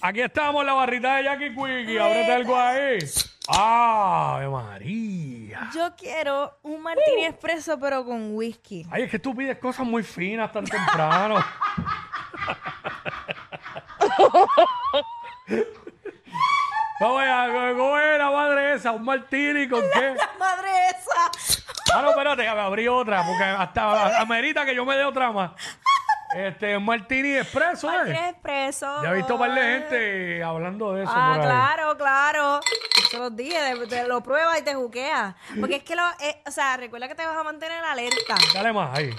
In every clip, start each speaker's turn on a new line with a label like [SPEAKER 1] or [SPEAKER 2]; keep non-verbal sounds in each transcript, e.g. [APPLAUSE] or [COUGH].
[SPEAKER 1] Aquí estamos, la barrita de Jackie Quickie. Ábrete algo ahí. ¡Ave María!
[SPEAKER 2] Yo quiero un martini
[SPEAKER 1] Uh.
[SPEAKER 2] expreso, pero con whisky.
[SPEAKER 1] Ay, es que tú pides cosas muy finas tan temprano. [LAUGHS] No vaya, ¿cómo era, madre esa? ¿Un martini con qué?
[SPEAKER 2] ¡Madre esa!
[SPEAKER 1] Ah, no, espérate, que me abrí otra, porque hasta amerita que yo me dé otra más. Este, un martini expreso,
[SPEAKER 2] Martini
[SPEAKER 1] ¿eh?
[SPEAKER 2] expreso.
[SPEAKER 1] Ya he visto par de gente hablando de eso
[SPEAKER 2] Ah,
[SPEAKER 1] por ahí.
[SPEAKER 2] claro, claro. Eso los dije, de- de- lo pruebas y te juqueas. Porque es que lo, eh, o sea, recuerda que te vas a mantener alerta.
[SPEAKER 1] Dale más, ahí.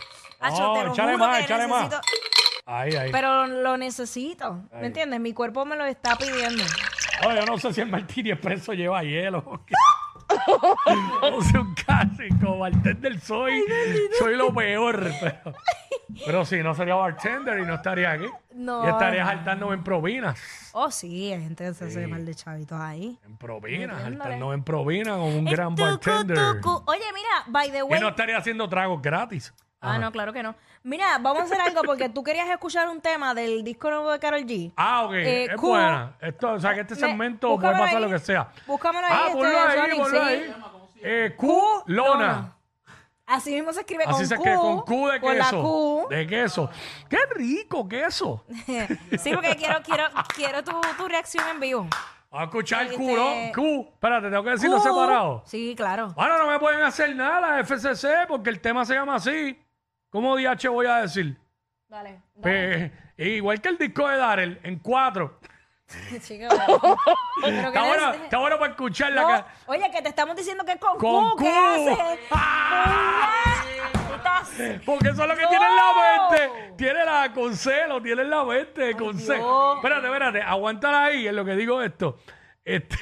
[SPEAKER 2] Acho,
[SPEAKER 1] No,
[SPEAKER 2] te lo
[SPEAKER 1] échale
[SPEAKER 2] juro
[SPEAKER 1] más,
[SPEAKER 2] que
[SPEAKER 1] échale más.
[SPEAKER 2] necesito-
[SPEAKER 1] Ahí, ahí.
[SPEAKER 2] Pero lo necesito,
[SPEAKER 1] Ahí.
[SPEAKER 2] ¿me entiendes? Mi cuerpo me lo está pidiendo.
[SPEAKER 1] No, yo no sé si el martini expreso lleva hielo. o qué. [LAUGHS] no sé, un clásico. Bartender del soy. Soy lo peor. Pero, pero si no sería bartender y no estaría aquí.
[SPEAKER 2] No.
[SPEAKER 1] Y estaría saltándome en provinas.
[SPEAKER 2] Oh, sí, hay gente que se hace mal de chavitos ahí.
[SPEAKER 1] En provinas,
[SPEAKER 2] Metiéndole.
[SPEAKER 1] saltándome en provinas con un
[SPEAKER 2] Es
[SPEAKER 1] gran
[SPEAKER 2] tucu,
[SPEAKER 1] bartender.
[SPEAKER 2] tucu. Oye, mira, by the
[SPEAKER 1] Y
[SPEAKER 2] way.
[SPEAKER 1] no estaría haciendo tragos gratis.
[SPEAKER 2] Ah, no, claro que no. Mira, vamos a hacer algo porque tú querías escuchar un tema del disco nuevo de Carol G.
[SPEAKER 1] Ah, ok.
[SPEAKER 2] Eh,
[SPEAKER 1] es
[SPEAKER 2] cool.
[SPEAKER 1] buena. Esto, o sea, que este
[SPEAKER 2] Me-
[SPEAKER 1] segmento puede
[SPEAKER 2] búscamelo
[SPEAKER 1] pasar
[SPEAKER 2] ahí.
[SPEAKER 1] lo que sea.
[SPEAKER 2] Búscamelo ahí,
[SPEAKER 1] Ah,
[SPEAKER 2] estoy
[SPEAKER 1] ponlo
[SPEAKER 2] en
[SPEAKER 1] ahí,
[SPEAKER 2] Sonic,
[SPEAKER 1] ponlo
[SPEAKER 2] sí.
[SPEAKER 1] ahí. Eh, Q, Lona.
[SPEAKER 2] Así mismo se escribe
[SPEAKER 1] Así
[SPEAKER 2] con
[SPEAKER 1] se
[SPEAKER 2] Q.
[SPEAKER 1] que con Q de
[SPEAKER 2] con la
[SPEAKER 1] queso.
[SPEAKER 2] Q.
[SPEAKER 1] De queso. Qué rico queso.
[SPEAKER 2] sí, porque quiero, quiero, quiero tu, tu reacción en vivo.
[SPEAKER 1] Vamos a escuchar
[SPEAKER 2] Este-
[SPEAKER 1] Q, ¿no? Q. Espérate, tengo que decirlo
[SPEAKER 2] Q.
[SPEAKER 1] separado.
[SPEAKER 2] Sí, claro.
[SPEAKER 1] Ahora no me pueden hacer nada la FCC porque el tema se llama así. ¿Cómo DH voy a decir?
[SPEAKER 2] Dale. [LAUGHS]
[SPEAKER 1] Eh, igual que el disco de Darel, en cuatro.
[SPEAKER 2] Chico, [LAUGHS] pero- pero que
[SPEAKER 1] Está bueno,
[SPEAKER 2] eres-
[SPEAKER 1] está bueno para escucharla.
[SPEAKER 2] No,
[SPEAKER 1] acá.
[SPEAKER 2] oye, que te estamos diciendo que es con,
[SPEAKER 1] Con
[SPEAKER 2] Q. ¿Qué
[SPEAKER 1] Q.
[SPEAKER 2] haces?
[SPEAKER 1] Ah.
[SPEAKER 2] Tú estás-
[SPEAKER 1] Porque eso es lo que
[SPEAKER 2] No.
[SPEAKER 1] tiene en la mente. Tiene la con celo, tiene en la mente con celo.
[SPEAKER 2] Dios.
[SPEAKER 1] Espérate, espérate, aguántala ahí en lo que digo esto. Este,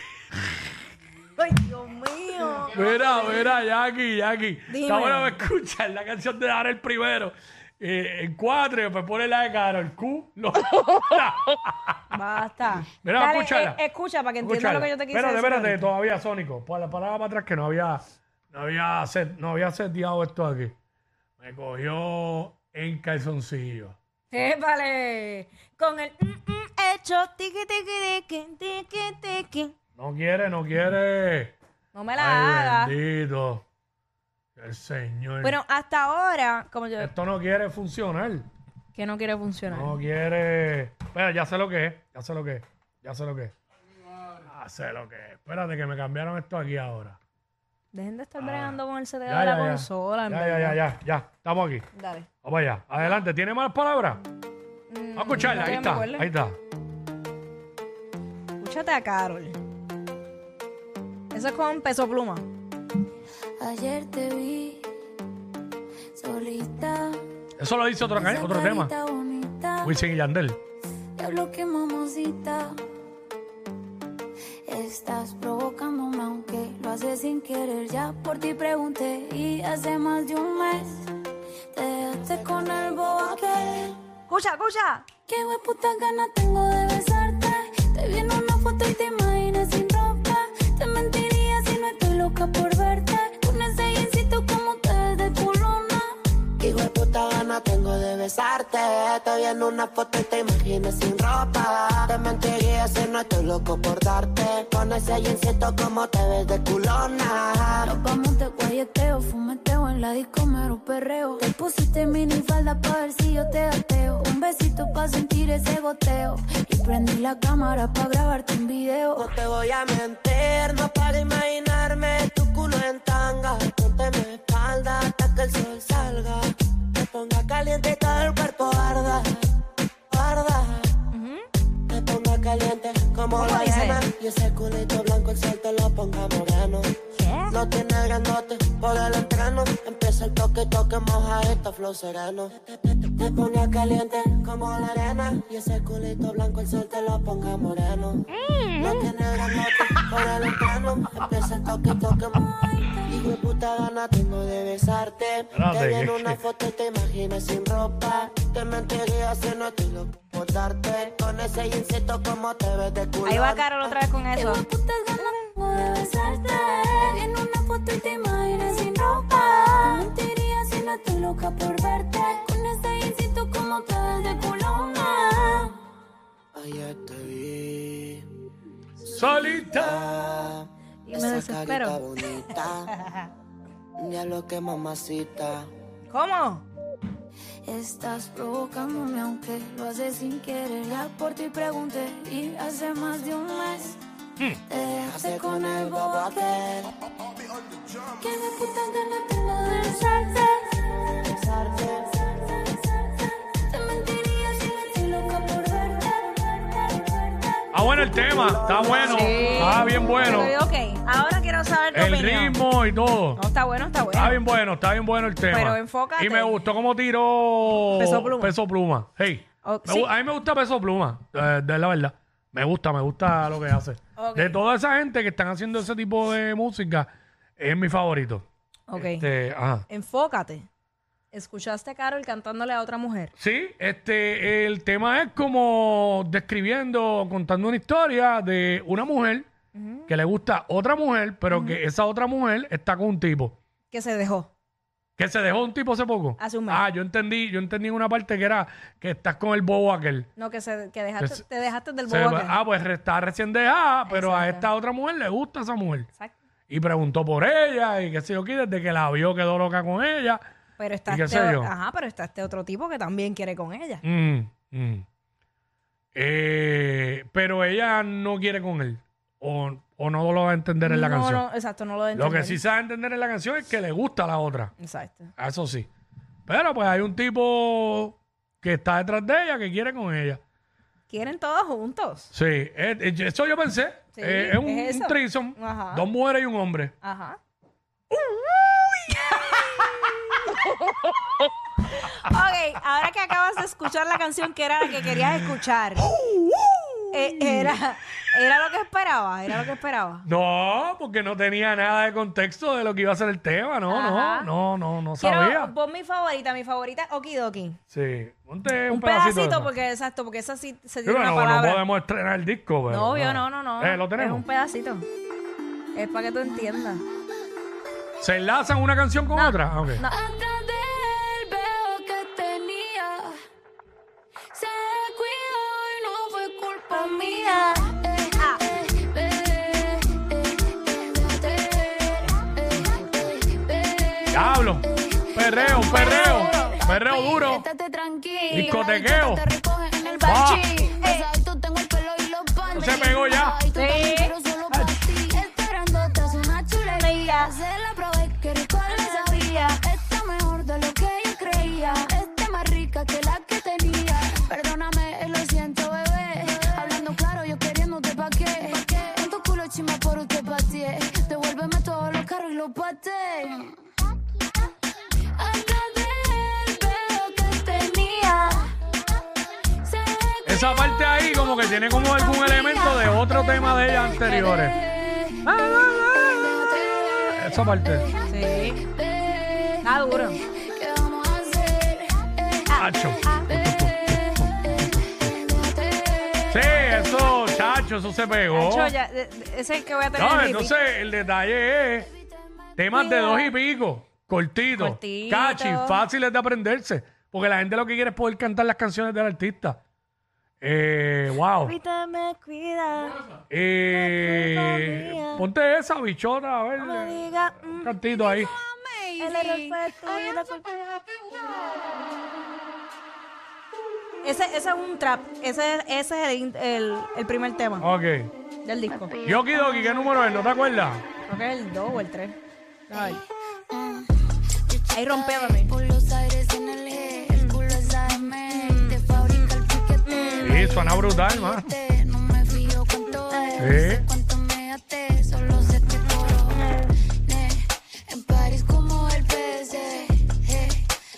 [SPEAKER 2] Ay, Dios mío.
[SPEAKER 1] mira, mira, Jackie, Jackie.
[SPEAKER 2] Dime.
[SPEAKER 1] Está bueno que escuchar la canción de Dar el primero. Eh, en cuatro y después pone la de Carol Q. lo-
[SPEAKER 2] Basta.
[SPEAKER 1] Mira,
[SPEAKER 2] Dale,
[SPEAKER 1] escúchala.
[SPEAKER 2] eh, escucha para que entiendas
[SPEAKER 1] Escúchala.
[SPEAKER 2] lo que yo te quise
[SPEAKER 1] espérate,
[SPEAKER 2] decir.
[SPEAKER 1] Espérate, todavía Sónico. Para, para para atrás que no había, no había, set- no había seteado esto aquí. Me cogió en calzoncillo.
[SPEAKER 2] Épale. Con el mm, mm, hecho tiqui tiqui tiqui tiqui tiqui.
[SPEAKER 1] No quiere, no quiere.
[SPEAKER 2] No me la
[SPEAKER 1] Ay,
[SPEAKER 2] hagas.
[SPEAKER 1] bendito. El Señor.
[SPEAKER 2] Bueno, hasta ahora, como yo,
[SPEAKER 1] Esto no quiere funcionar.
[SPEAKER 2] que no quiere funcionar.
[SPEAKER 1] Eh. No quiere. Espera, ya sé lo que es. Ya sé lo que es. Ya sé lo que es. Ya sé lo que es. Espérate que me cambiaron esto aquí ahora.
[SPEAKER 2] Dejen de estar bregando con el CD de
[SPEAKER 1] Ah. Ya,
[SPEAKER 2] la
[SPEAKER 1] ya, ya.
[SPEAKER 2] consola, en
[SPEAKER 1] Ya, ya,
[SPEAKER 2] verdad.
[SPEAKER 1] ya, ya, ya. Estamos aquí.
[SPEAKER 2] Dale.
[SPEAKER 1] Vamos allá. Adelante. ¿Tiene más palabras? Vamos a escucharla.
[SPEAKER 2] Mm, no
[SPEAKER 1] Ahí
[SPEAKER 2] que me
[SPEAKER 1] está.
[SPEAKER 2] acuerde.
[SPEAKER 1] Ahí está.
[SPEAKER 2] Escúchate a Carol. Eso es con peso pluma.
[SPEAKER 3] Ayer te vi solita.
[SPEAKER 1] Eso lo dice otro,
[SPEAKER 3] esa
[SPEAKER 1] ¿eh? otro tema.
[SPEAKER 3] carita Bonita,
[SPEAKER 1] Wisin y Yandel.
[SPEAKER 3] diablo que mamosita. Estás provocándome aunque lo haces sin querer. Ya por ti pregunté y hace más de un mes te dejaste con el bobo aquel.
[SPEAKER 2] Escucha, escucha.
[SPEAKER 3] Qué hue puta ganas tengo de besarte. Te vi en una foto y te imaginé sin ropa. Te mentiría si no estoy loca por verte. Con ese jeansito como te ves de culona.
[SPEAKER 4] Hijo de puta gana tengo de besarte. Te vi en una foto y te imaginas sin ropa. Te mentiría si no estoy loco por darte. Con ese jeansito como te ves de culona.
[SPEAKER 3] Nos vamos de guayeteo, fumeteo en la disco, mero perreo. Te pusiste minifalda pa' ver si yo te ateo. Un besito pa' sentir ese goteo. Y prendí la cámara pa' grabarte un video.
[SPEAKER 4] No te voy a mentir, no para imaginarme tu culo en tanga. Ponte mi espalda hasta que el sol salga. Te ponga caliente y todo el cuerpo arda. Arda. Te ponga caliente como la
[SPEAKER 2] dice?
[SPEAKER 4] arena. Y ese culito blanco el sol te lo ponga moreno. Lo tiene grandote por el entrano. Empieza el toque, toque, moja esta flor sereno. Te ponga caliente como la arena. Y ese culito blanco el sol te lo ponga moreno. Lo tiene grandote por el entrano. Empieza el toque, toque, moja. Hijo de puta gana tengo de besarte.
[SPEAKER 1] Espérate,
[SPEAKER 4] Te vi en
[SPEAKER 1] que-
[SPEAKER 4] una foto y te imaginas sin ropa. Te mentiría si no estoy loco por darte. Con ese insecto como te ves de culo.
[SPEAKER 2] Ahí va Carol otra vez con
[SPEAKER 3] Qué
[SPEAKER 2] eso.
[SPEAKER 3] hue putas ganas tengo de besarte. Vi en una foto y te imaginas sin ropa. Te mentiría si no estoy loca por verte. Con este ese jeansito como te ves de culona.
[SPEAKER 4] Ayer te vi
[SPEAKER 1] solita.
[SPEAKER 2] Y me
[SPEAKER 4] Esa carita
[SPEAKER 2] desespero.
[SPEAKER 4] bonita. Diablo que mamacita.
[SPEAKER 2] ¿Cómo?
[SPEAKER 3] Estás provocándome aunque lo haces sin querer. Ya por ti pregunté y hace más de un mes Eh, te dejaste
[SPEAKER 4] Hace
[SPEAKER 3] con el bobo aquel.
[SPEAKER 4] aquel.
[SPEAKER 3] Que me quitas de la tienda del sartén. Te mentiría si no estoy loca por verte.
[SPEAKER 1] Ah, bueno el tema, está bueno. Está bien bueno.
[SPEAKER 2] Pero, ok, ahora quiero saber tu
[SPEAKER 1] El
[SPEAKER 2] opinión.
[SPEAKER 1] ritmo y todo.
[SPEAKER 2] No, está bueno, está bueno.
[SPEAKER 1] Está bien bueno, está bien bueno el tema.
[SPEAKER 2] Pero enfócate.
[SPEAKER 1] Y me gustó cómo tiró
[SPEAKER 2] Peso Pluma.
[SPEAKER 1] Peso Pluma. Hey,
[SPEAKER 2] O-
[SPEAKER 1] me
[SPEAKER 2] Oh, sí.
[SPEAKER 1] gu- a mí me gusta Peso Pluma, eh, de la verdad. Me gusta, me gusta lo que hace.
[SPEAKER 2] Ok.
[SPEAKER 1] De toda esa gente que están haciendo ese tipo de música, es mi favorito.
[SPEAKER 2] Ok.
[SPEAKER 1] Este, ajá.
[SPEAKER 2] Enfócate. Escuchaste a Carol cantándole a otra mujer.
[SPEAKER 1] Sí, este, el tema es como describiendo, contando una historia de una mujer que le gusta otra mujer, pero que esa otra mujer está con un tipo.
[SPEAKER 2] Que se dejó.
[SPEAKER 1] Que se dejó un tipo hace poco.
[SPEAKER 2] Hace un mes.
[SPEAKER 1] Ah, yo entendí, yo entendí en una parte que era que estás con el bobo aquel.
[SPEAKER 2] No, que, se, que dejaste,
[SPEAKER 1] Es-
[SPEAKER 2] te dejaste del
[SPEAKER 1] Se-
[SPEAKER 2] bobo aquel.
[SPEAKER 1] ah, pues re- está recién dejada, pero a
[SPEAKER 2] Exacto.
[SPEAKER 1] esta otra mujer le gusta esa mujer.
[SPEAKER 2] Exacto.
[SPEAKER 1] Y preguntó por ella y qué sé yo qué, desde que la vio quedó loca con ella.
[SPEAKER 2] Pero está
[SPEAKER 1] ¿Y qué
[SPEAKER 2] este,
[SPEAKER 1] sé yo?
[SPEAKER 2] ajá, pero está este otro tipo que también quiere con ella.
[SPEAKER 1] Mm, mm. Eh, pero ella no quiere con él. O, o no lo va a entender en la
[SPEAKER 2] no,
[SPEAKER 1] canción.
[SPEAKER 2] no, exacto, no lo de
[SPEAKER 1] lo que
[SPEAKER 2] entender.
[SPEAKER 1] sí se va a entender en la canción es que le gusta a la otra.
[SPEAKER 2] Exacto.
[SPEAKER 1] Eso sí. Pero pues hay un tipo que está detrás de ella que quiere con ella.
[SPEAKER 2] Quieren todos juntos.
[SPEAKER 1] Sí, eh, eh, eso yo pensé.
[SPEAKER 2] Sí,
[SPEAKER 1] Eh, es un,
[SPEAKER 2] es eso.
[SPEAKER 1] un threesome,
[SPEAKER 2] Ajá.
[SPEAKER 1] dos mujeres y un hombre.
[SPEAKER 2] Ajá. ok, ahora que acabas de escuchar la canción que era la que querías escuchar. Eh, era, era lo que esperaba, era lo que esperaba.
[SPEAKER 1] No, porque no tenía nada de contexto de lo que iba a ser el tema. No,
[SPEAKER 2] Ajá.
[SPEAKER 1] no, no, no, no
[SPEAKER 2] Quiero,
[SPEAKER 1] sabía.
[SPEAKER 2] pon mi favorita, mi favorita, Okidoki.
[SPEAKER 1] Sí, ponte un,
[SPEAKER 2] Un
[SPEAKER 1] pedacito.
[SPEAKER 2] pedacito,
[SPEAKER 1] de eso.
[SPEAKER 2] porque exacto, porque esa sí se
[SPEAKER 1] Sí,
[SPEAKER 2] tiene una
[SPEAKER 1] pero no, no
[SPEAKER 2] palabra.
[SPEAKER 1] podemos estrenar el disco. pero
[SPEAKER 2] No, yo no, no, no.
[SPEAKER 1] Eh, lo
[SPEAKER 2] Es
[SPEAKER 1] tenemos.
[SPEAKER 2] un pedacito. Es para que tú entiendas.
[SPEAKER 1] ¿Se enlazan una canción con otra? Ah, ok.
[SPEAKER 2] no.
[SPEAKER 3] Atrás de él veo que tenía. Se descuidó y no fue culpa mía. Eh, eh, ve, eh, eh, déjate ver. Eh, eh, ve.
[SPEAKER 1] Diablo. Perreo, perreo. Perreo
[SPEAKER 3] Papi,
[SPEAKER 1] duro.
[SPEAKER 3] Estate tranquilo.
[SPEAKER 1] Discotequeo.
[SPEAKER 3] Te recogen en el
[SPEAKER 1] Va.
[SPEAKER 3] bachi. Pesadito tengo el pelo y los panties.
[SPEAKER 1] Se pegó ya.
[SPEAKER 3] Pesadito
[SPEAKER 2] Sí.
[SPEAKER 3] también, pero solo pa' ti. Esperando tras una chulería. Se la probé, que rico le sabía. Está mejor de lo que yo creía. Está más rica que la que tenía. Perdóname, eh, lo siento, bebé. Hablando claro, yo queriéndote pa' qué. Con tu culo chima por usted pateé. Devuélveme todos los carros y los pateé. Atrás de él veo que tenía. Se ve
[SPEAKER 1] Esa parte ahí como que tiene como algún elemento de otro tema de ellas anteriores.
[SPEAKER 3] que-
[SPEAKER 1] Esa parte.
[SPEAKER 2] Sí. Está duro.
[SPEAKER 3] ¿Qué vamos a hacer?
[SPEAKER 1] Chacho. Sí, eso, chacho, eso se pegó.
[SPEAKER 2] Nacho, ya, de- de- ese es el que voy a tener
[SPEAKER 1] Oh. No,
[SPEAKER 2] en repeat.
[SPEAKER 1] entonces el detalle es temas de dos y pico, cortitos,
[SPEAKER 2] Cortito.
[SPEAKER 1] cachi, fáciles de aprenderse. Porque la gente lo que quiere es poder cantar las canciones del artista. Eh, wow.
[SPEAKER 2] Ahorita me cuida,
[SPEAKER 1] Eh, ponte esa bichota, a ver.
[SPEAKER 2] no me
[SPEAKER 1] eh,
[SPEAKER 2] diga, mm,
[SPEAKER 1] Un cantito ahí.
[SPEAKER 2] el error fue tuyo, la culpa- Ese, ese es un trap, ese, ese es el, in- el, el primer tema
[SPEAKER 1] Ok.
[SPEAKER 2] del disco.
[SPEAKER 1] Yoki Doki, ¿qué número es? ¿No te acuerdas?
[SPEAKER 2] Creo que es el 2 o el 3. Ahí rompéame.
[SPEAKER 3] Por los aires en el eje, el culo es AM, te fabrica el piquete.
[SPEAKER 1] Sí, suena brutal, man.
[SPEAKER 3] No me fío cuánto es,
[SPEAKER 1] Sí.
[SPEAKER 3] sé cuánto me até, solo sé te coro. Ne, En París como el PC, eh,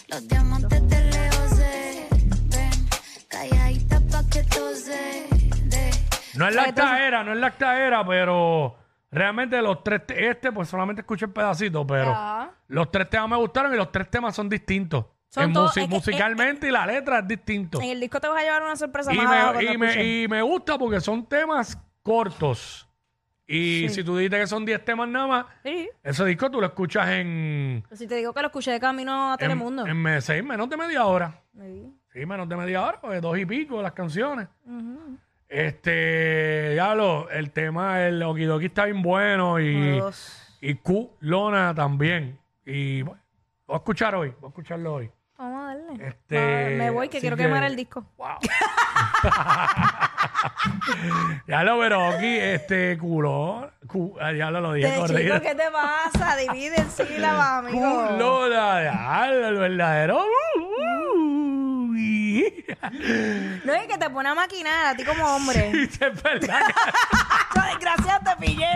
[SPEAKER 3] los diamantes te leo se ven, calladita pa' que tose. de.
[SPEAKER 1] No es lactaera, no es lactaera, pero realmente los tres, te- este pues solamente escuché el pedacito, pero
[SPEAKER 2] Ajá.
[SPEAKER 1] los tres temas me gustaron y los tres temas son distintos.
[SPEAKER 2] Son
[SPEAKER 1] En
[SPEAKER 2] todos-
[SPEAKER 1] musi-
[SPEAKER 2] es que-
[SPEAKER 1] musicalmente y la letra es distinto.
[SPEAKER 2] En el disco te vas a llevar una sorpresa
[SPEAKER 1] Y
[SPEAKER 2] más abajo
[SPEAKER 1] me,
[SPEAKER 2] cuando
[SPEAKER 1] y, me,
[SPEAKER 2] escuches.
[SPEAKER 1] y me gusta porque son temas cortos. Y si tú dices que son 10 temas nada más,
[SPEAKER 2] Sí.
[SPEAKER 1] ese disco tú lo escuchas en...
[SPEAKER 2] Si te digo que lo escuché de camino a
[SPEAKER 1] Em,
[SPEAKER 2] Telemundo.
[SPEAKER 1] En, en 6 menos de media hora.
[SPEAKER 2] Sí.
[SPEAKER 1] Sí, menos de media hora, pues, dos y pico las canciones. Este, diablo, el tema del Okidoki está bien bueno y,
[SPEAKER 2] Dios.
[SPEAKER 1] y Q Lona también. Y bueno, voy a escuchar hoy, voy a escucharlo hoy.
[SPEAKER 2] Vamos a darle.
[SPEAKER 1] Este,
[SPEAKER 2] Va- Ah, me voy, que
[SPEAKER 1] así
[SPEAKER 2] quiero quemar
[SPEAKER 1] [LAUGHS]
[SPEAKER 2] el disco.
[SPEAKER 1] Wow. ya lo pero aquí, este culo, cu- ah, ya lo, lo dije
[SPEAKER 2] Te-
[SPEAKER 1] corrido.
[SPEAKER 2] Este chico, ¿qué te pasa? Divide en sílabas, amigo.
[SPEAKER 1] [LAUGHS] Culo, la- ah, el verdadero. Uh, uh, [LAUGHS] y-
[SPEAKER 2] No es que te pone a maquinar a ti como
[SPEAKER 1] [LAUGHS]
[SPEAKER 2] hombre.
[SPEAKER 1] y se verdad que-
[SPEAKER 2] Yo, desgraciado, te pillé.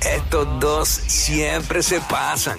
[SPEAKER 5] Estos dos siempre se pasan.